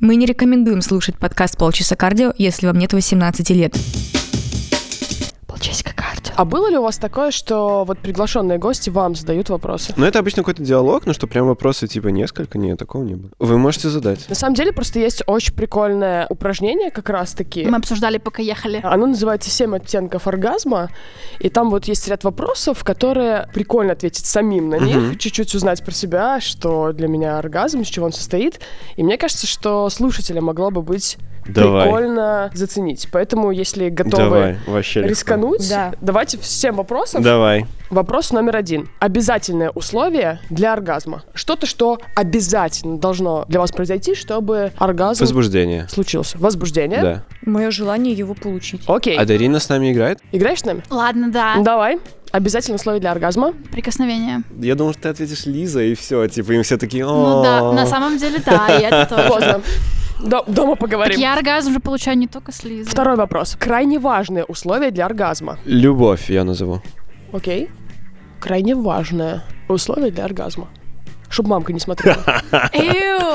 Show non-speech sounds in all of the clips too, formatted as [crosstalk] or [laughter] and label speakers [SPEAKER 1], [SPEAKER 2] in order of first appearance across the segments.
[SPEAKER 1] Мы не рекомендуем слушать подкаст «Полчаса кардио», если вам нет 18 лет.
[SPEAKER 2] Полчасика кардио.
[SPEAKER 3] А было ли у вас такое, что вот приглашенные гости вам задают вопросы?
[SPEAKER 4] Но это обычно какой-то диалог, ну что прям вопросы типа несколько, нет, такого не было. Вы можете задать.
[SPEAKER 3] На самом деле просто есть очень прикольное упражнение как раз-таки.
[SPEAKER 2] Мы обсуждали, пока ехали.
[SPEAKER 3] Оно называется «Семь оттенков оргазма», и там вот есть ряд вопросов, которые прикольно ответить самим на них,
[SPEAKER 4] Мгм.
[SPEAKER 3] чуть-чуть узнать про себя, что для меня оргазм, из чего он состоит. И мне кажется, что слушателя могло бы быть прикольно заценить. Поэтому, если готовы
[SPEAKER 4] Давай, вообще легко.
[SPEAKER 3] рискануть,
[SPEAKER 2] Да.
[SPEAKER 3] давайте всем вопросов.
[SPEAKER 4] Давай.
[SPEAKER 3] Вопрос номер один. Обязательное условие для оргазма. Что-то, что обязательно должно для вас произойти, чтобы оргазм
[SPEAKER 4] Возбуждение.
[SPEAKER 3] случился. Возбуждение.
[SPEAKER 4] Да.
[SPEAKER 1] Мое желание его получить.
[SPEAKER 3] Окей.
[SPEAKER 4] А Дарина с нами играет?
[SPEAKER 3] Играешь с нами?
[SPEAKER 2] Ладно, да.
[SPEAKER 3] Ну, Давай. Обязательное условие для оргазма.
[SPEAKER 2] Прикосновение.
[SPEAKER 4] Я думал, что ты ответишь Лиза, и все, типа, им все такие...
[SPEAKER 2] Ну да, на самом деле да, и это
[SPEAKER 1] [laughs]
[SPEAKER 2] тоже.
[SPEAKER 3] Поздно. До- Дома
[SPEAKER 2] Так
[SPEAKER 3] поговорим.
[SPEAKER 2] я оргазм же получаю не только с Лизой.
[SPEAKER 3] Второй вопрос. Крайне важное условие для оргазма.
[SPEAKER 4] Любовь я назову.
[SPEAKER 3] Окей. Крайне важное условие для оргазма. Чтобы мамка не
[SPEAKER 1] [laughs]
[SPEAKER 3] смотрела.
[SPEAKER 2] Эу!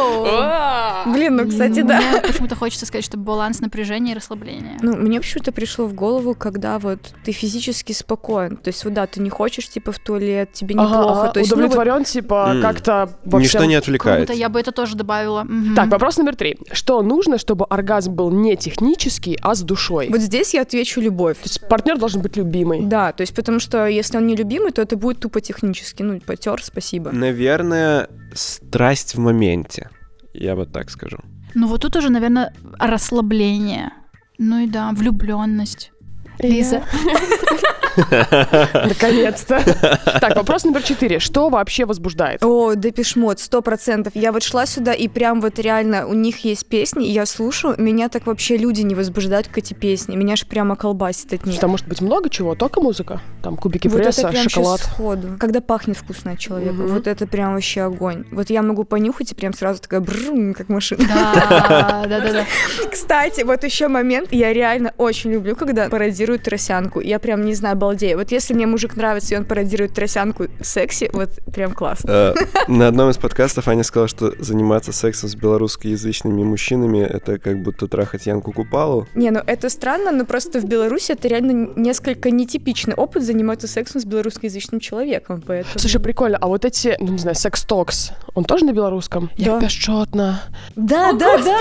[SPEAKER 1] Блин, ну, кстати,
[SPEAKER 2] Ну,
[SPEAKER 1] да.
[SPEAKER 2] Мне почему-то хочется сказать, чтобы баланс напряжения и расслабления.
[SPEAKER 1] Ну, мне почему-то пришло в голову, когда вот ты физически спокоен. То есть, вот, да, ты не хочешь, типа, в туалет, тебе неплохо. То есть, ну, вот-
[SPEAKER 3] удовлетворен, типа,
[SPEAKER 4] М.
[SPEAKER 3] как-то во
[SPEAKER 4] Ничто
[SPEAKER 3] всем.
[SPEAKER 4] не отвлекает.
[SPEAKER 2] Круто, я бы это тоже добавила. Мгм.
[SPEAKER 3] Так, вопрос номер три. Что нужно, чтобы оргазм был не технический, а с душой?
[SPEAKER 1] вот здесь я отвечу любовь.
[SPEAKER 3] То есть партнер должен быть любимый.
[SPEAKER 1] Да, то есть потому что если он не любимый, то это будет тупо технически. Ну, потер, спасибо.
[SPEAKER 4] Наверное, страсть в моменте. Я вот так [laughs] скажу.
[SPEAKER 2] Ну вот тут уже, наверное, расслабление. Ну и да, влюбленность. Лиза.
[SPEAKER 1] [laughs]
[SPEAKER 3] Наконец-то. Так, вопрос номер четыре. Что вообще возбуждает?
[SPEAKER 1] О, депешмот, сто процентов. Я вот шла сюда, и прям вот реально у них есть песни, и я слушаю, меня так вообще люди не возбуждают, как эти песни. Меня же прямо колбасит от
[SPEAKER 3] Потому
[SPEAKER 1] них.
[SPEAKER 3] что Там может быть много чего, только музыка. Там кубики
[SPEAKER 1] Вот это
[SPEAKER 3] пресса,
[SPEAKER 1] прям
[SPEAKER 3] шоколад.
[SPEAKER 1] щас сходу. Когда пахнет вкусно от человека,
[SPEAKER 3] Мгм.
[SPEAKER 1] вот это прям вообще огонь. Вот я могу понюхать и прям сразу такая брум, как машина.
[SPEAKER 2] Да, да, да, да.
[SPEAKER 1] Кстати, вот еще момент, я реально очень люблю, когда пародируют тросянку. Я прям, не знаю, балдею. Вот если мне мужик нравится, и он пародирует тросянку секси, вот прям классно.
[SPEAKER 4] Э, На одном из подкастов Аня сказала, что заниматься сексом с белорусскоязычными мужчинами это как будто трахать Янку Купалу.
[SPEAKER 1] Не, ну это странно, но просто в Беларуси это реально н- несколько нетипичный опыт заниматься сексом с белорусскоязычным человеком, поэтому...
[SPEAKER 3] Слушай, прикольно, а вот эти, ну не знаю, секс-токс, он тоже на белорусском?
[SPEAKER 1] Да. [laughs]
[SPEAKER 3] Я пяшотно.
[SPEAKER 1] Да, да, да!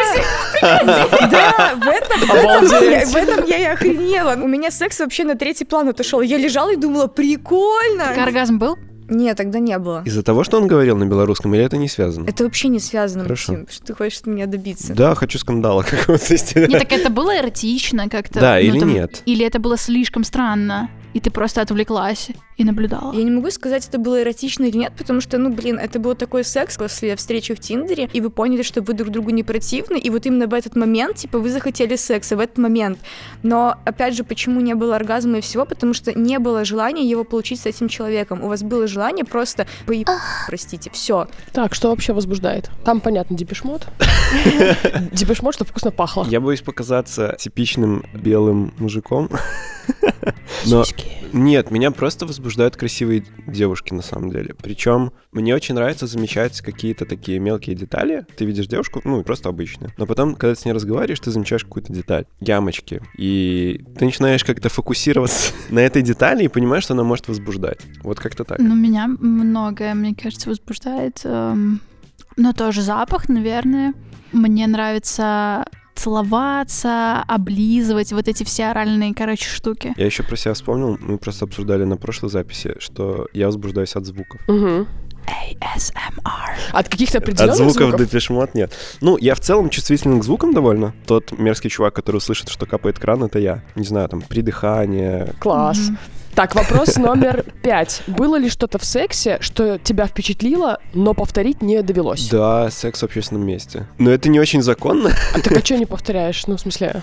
[SPEAKER 1] Да, в этом, в этом, я, в этом я и охренела. У меня секс вообще на третий план отошел. Я лежала и думала,
[SPEAKER 2] Так
[SPEAKER 1] прикольно!
[SPEAKER 2] оргазм был?
[SPEAKER 1] Не, тогда не было.
[SPEAKER 4] Из-за того, что он говорил на белорусском, или это не связано?
[SPEAKER 1] Это вообще не связано,
[SPEAKER 4] Хорошо.
[SPEAKER 1] Максим, что ты хочешь от меня добиться.
[SPEAKER 4] Да, хочу скандала [laughs] какого-то из тебя.
[SPEAKER 2] Не, так это было эротично как-то.
[SPEAKER 4] Да,
[SPEAKER 2] ну,
[SPEAKER 4] или
[SPEAKER 2] там,
[SPEAKER 4] нет?
[SPEAKER 2] Или это было слишком странно, и ты просто отвлеклась и наблюдала.
[SPEAKER 1] Я не могу сказать, это было эротично или нет, потому что, ну, блин, это был такой секс после встречи в Тиндере, и вы поняли, что вы друг другу не противны, и вот именно в этот момент, типа, вы захотели секса, в этот момент. Но, опять же, почему не было оргазма и всего? Потому что не было желания его получить с этим человеком. У вас было желание просто поеб... простите, все.
[SPEAKER 3] [laughs] Так, что вообще возбуждает? Там, понятно,
[SPEAKER 1] [laughs]
[SPEAKER 3] депешмот. Депешмот, что вкусно пахло.
[SPEAKER 4] Я боюсь показаться типичным белым
[SPEAKER 2] [laughs]
[SPEAKER 4] мужиком. Но нет, меня просто возбуждают красивые девушки на самом деле. Причем мне очень нравится замечать какие-то такие мелкие детали. Ты видишь девушку, ну и просто обычную. Но потом, когда ты с ней разговариваешь, ты замечаешь какую-то деталь, ямочки. И ты начинаешь как-то фокусироваться [laughs] на этой детали и понимаешь, что она может возбуждать. Вот как-то так.
[SPEAKER 2] Ну, меня многое, мне кажется, возбуждает. эм, но тоже запах, наверное. Мне нравится целоваться, облизывать, вот эти все оральные, короче, штуки.
[SPEAKER 4] Я еще про себя вспомнил, мы просто обсуждали на прошлой записи, что я возбуждаюсь от звуков.
[SPEAKER 3] Мгм.
[SPEAKER 2] ASMR.
[SPEAKER 3] От каких-то
[SPEAKER 4] От
[SPEAKER 3] определенных
[SPEAKER 4] звуков до пешмот нет. Ну, я в целом чувствителен к звукам довольно. Тот мерзкий чувак, который слышит, что капает кран, это я. Не знаю, там, придыхание.
[SPEAKER 3] Класс.
[SPEAKER 2] Мгм.
[SPEAKER 3] Так, вопрос номер пять. Было ли что-то в сексе, что тебя впечатлило, но повторить не довелось?
[SPEAKER 4] Да, секс в общественном месте. Но это не очень законно.
[SPEAKER 3] А так а что не повторяешь? Ну, в смысле?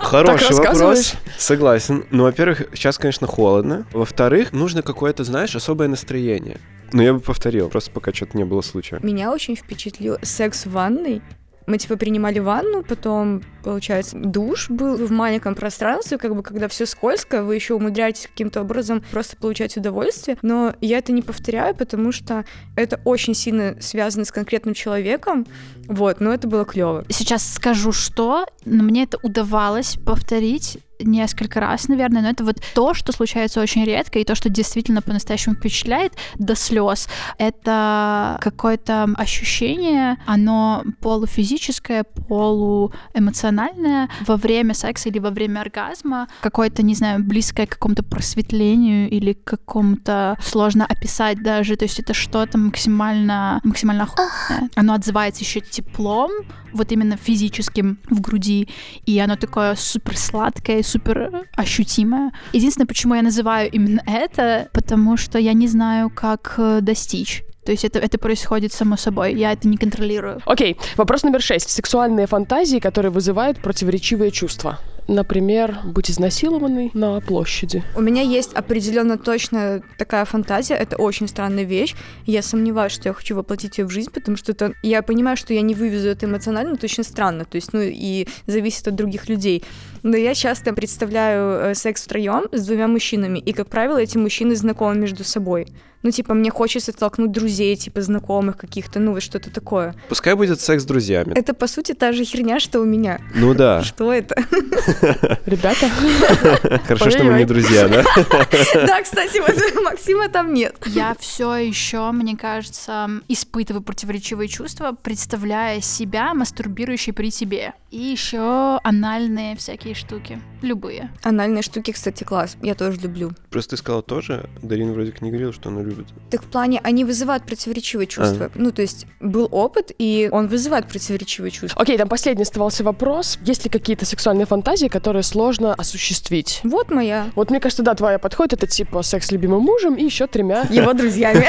[SPEAKER 4] Хороший
[SPEAKER 3] рассказываешь?
[SPEAKER 4] вопрос. Согласен. Ну, во-первых, сейчас, конечно, холодно. Во-вторых, нужно какое-то, знаешь, особое настроение. Но я бы повторил, просто пока что-то не было случая.
[SPEAKER 1] Меня очень впечатлил секс в ванной. Мы, типа, принимали ванну, потом, получается, душ был в маленьком пространстве, как бы, когда все скользко, вы еще умудряетесь каким-то образом просто получать удовольствие. Но я это не повторяю, потому что это очень сильно связано с конкретным человеком. Вот, но это было клево.
[SPEAKER 2] Сейчас скажу, что но мне это удавалось повторить несколько раз, наверное, но это вот то, что случается очень редко, и то, что действительно по-настоящему впечатляет до слез, это какое-то ощущение, оно полуфизическое, полуэмоциональное во время секса или во время оргазма, какое-то, не знаю, близкое к какому-то просветлению или к какому-то сложно описать даже, то есть это что-то максимально, максимально охуенное. Оно отзывается еще теплом, вот именно физическим в груди, и оно такое супер сладкое, супер ощутимое. Единственное, почему я называю именно это, потому что я не знаю, как э, достичь. То есть это, это происходит само собой, я это не контролирую.
[SPEAKER 3] Окей, вопрос номер шесть. Сексуальные фантазии, которые вызывают противоречивые чувства. Например, быть изнасилованной на площади.
[SPEAKER 1] У меня есть определенно точно такая фантазия. Это очень странная вещь. Я сомневаюсь, что я хочу воплотить ее в жизнь, потому что это, я понимаю, что я не вывезу это эмоционально, это очень странно. То есть, ну и зависит от других людей. Но я часто представляю э, секс втроем с двумя мужчинами, и, как правило, эти мужчины знакомы между собой. Ну, типа, мне хочется толкнуть друзей, типа, знакомых каких-то, ну, вот что-то такое.
[SPEAKER 4] Пускай будет секс с друзьями.
[SPEAKER 1] Это, по сути, та же херня, что у меня.
[SPEAKER 4] Ну
[SPEAKER 1] [laughs]
[SPEAKER 4] да.
[SPEAKER 1] Что это?
[SPEAKER 4] [laughs]
[SPEAKER 3] Ребята.
[SPEAKER 4] Хорошо, что мы не друзья, да?
[SPEAKER 1] Да, кстати, [laughs] Максима там нет.
[SPEAKER 2] Я все еще, мне кажется, испытываю противоречивые чувства, представляя себя мастурбирующей при тебе. И еще анальные всякие штуки. Любые.
[SPEAKER 1] Анальные штуки, кстати, класс. Я тоже люблю.
[SPEAKER 4] Просто ты сказала тоже. Дарин вроде как не говорил, что она любит.
[SPEAKER 1] Так в плане, они вызывают противоречивые чувства. А. Ну, то есть был опыт, и он вызывает противоречивые чувства.
[SPEAKER 3] Окей, там последний оставался вопрос. Есть ли какие-то сексуальные фантазии, которые сложно осуществить?
[SPEAKER 1] Вот моя.
[SPEAKER 3] Вот мне кажется, да, твоя подходит. Это типа секс с любимым мужем и еще тремя
[SPEAKER 4] [laughs]
[SPEAKER 1] его друзьями.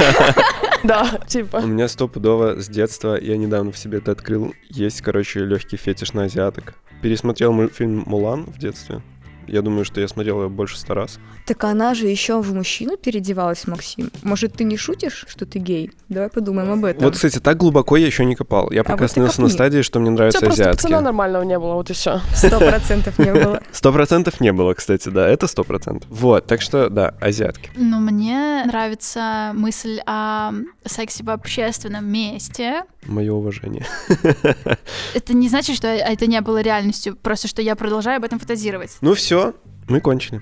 [SPEAKER 3] Да, типа.
[SPEAKER 4] У меня стопудово с детства, я недавно в себе это открыл, есть, короче, легкий фетиш на азиаток. Пересмотрел фильм «Мулан» в детстве. Я думаю, что я смотрел ее больше ста раз.
[SPEAKER 1] Так она же еще в мужчину переодевалась, Максим. Может, ты не шутишь, что ты гей? Давай подумаем об этом.
[SPEAKER 4] Вот, кстати, так глубоко я еще не копал. Я пока
[SPEAKER 1] А вот и
[SPEAKER 4] остановился на
[SPEAKER 1] копни.
[SPEAKER 4] стадии, что мне нравятся
[SPEAKER 3] Все, просто
[SPEAKER 4] азиатки.
[SPEAKER 3] пацана нормального не было, вот и все.
[SPEAKER 1] Сто процентов не было.
[SPEAKER 4] Сто процентов не было, кстати, да, это сто процентов. Вот, так что, да, азиатки.
[SPEAKER 2] Но мне нравится мысль о сексе в общественном месте.
[SPEAKER 4] Мое уважение.
[SPEAKER 2] Это не значит, что это не было реальностью, просто что я продолжаю об этом фантазировать.
[SPEAKER 4] Ну все, мы кончили.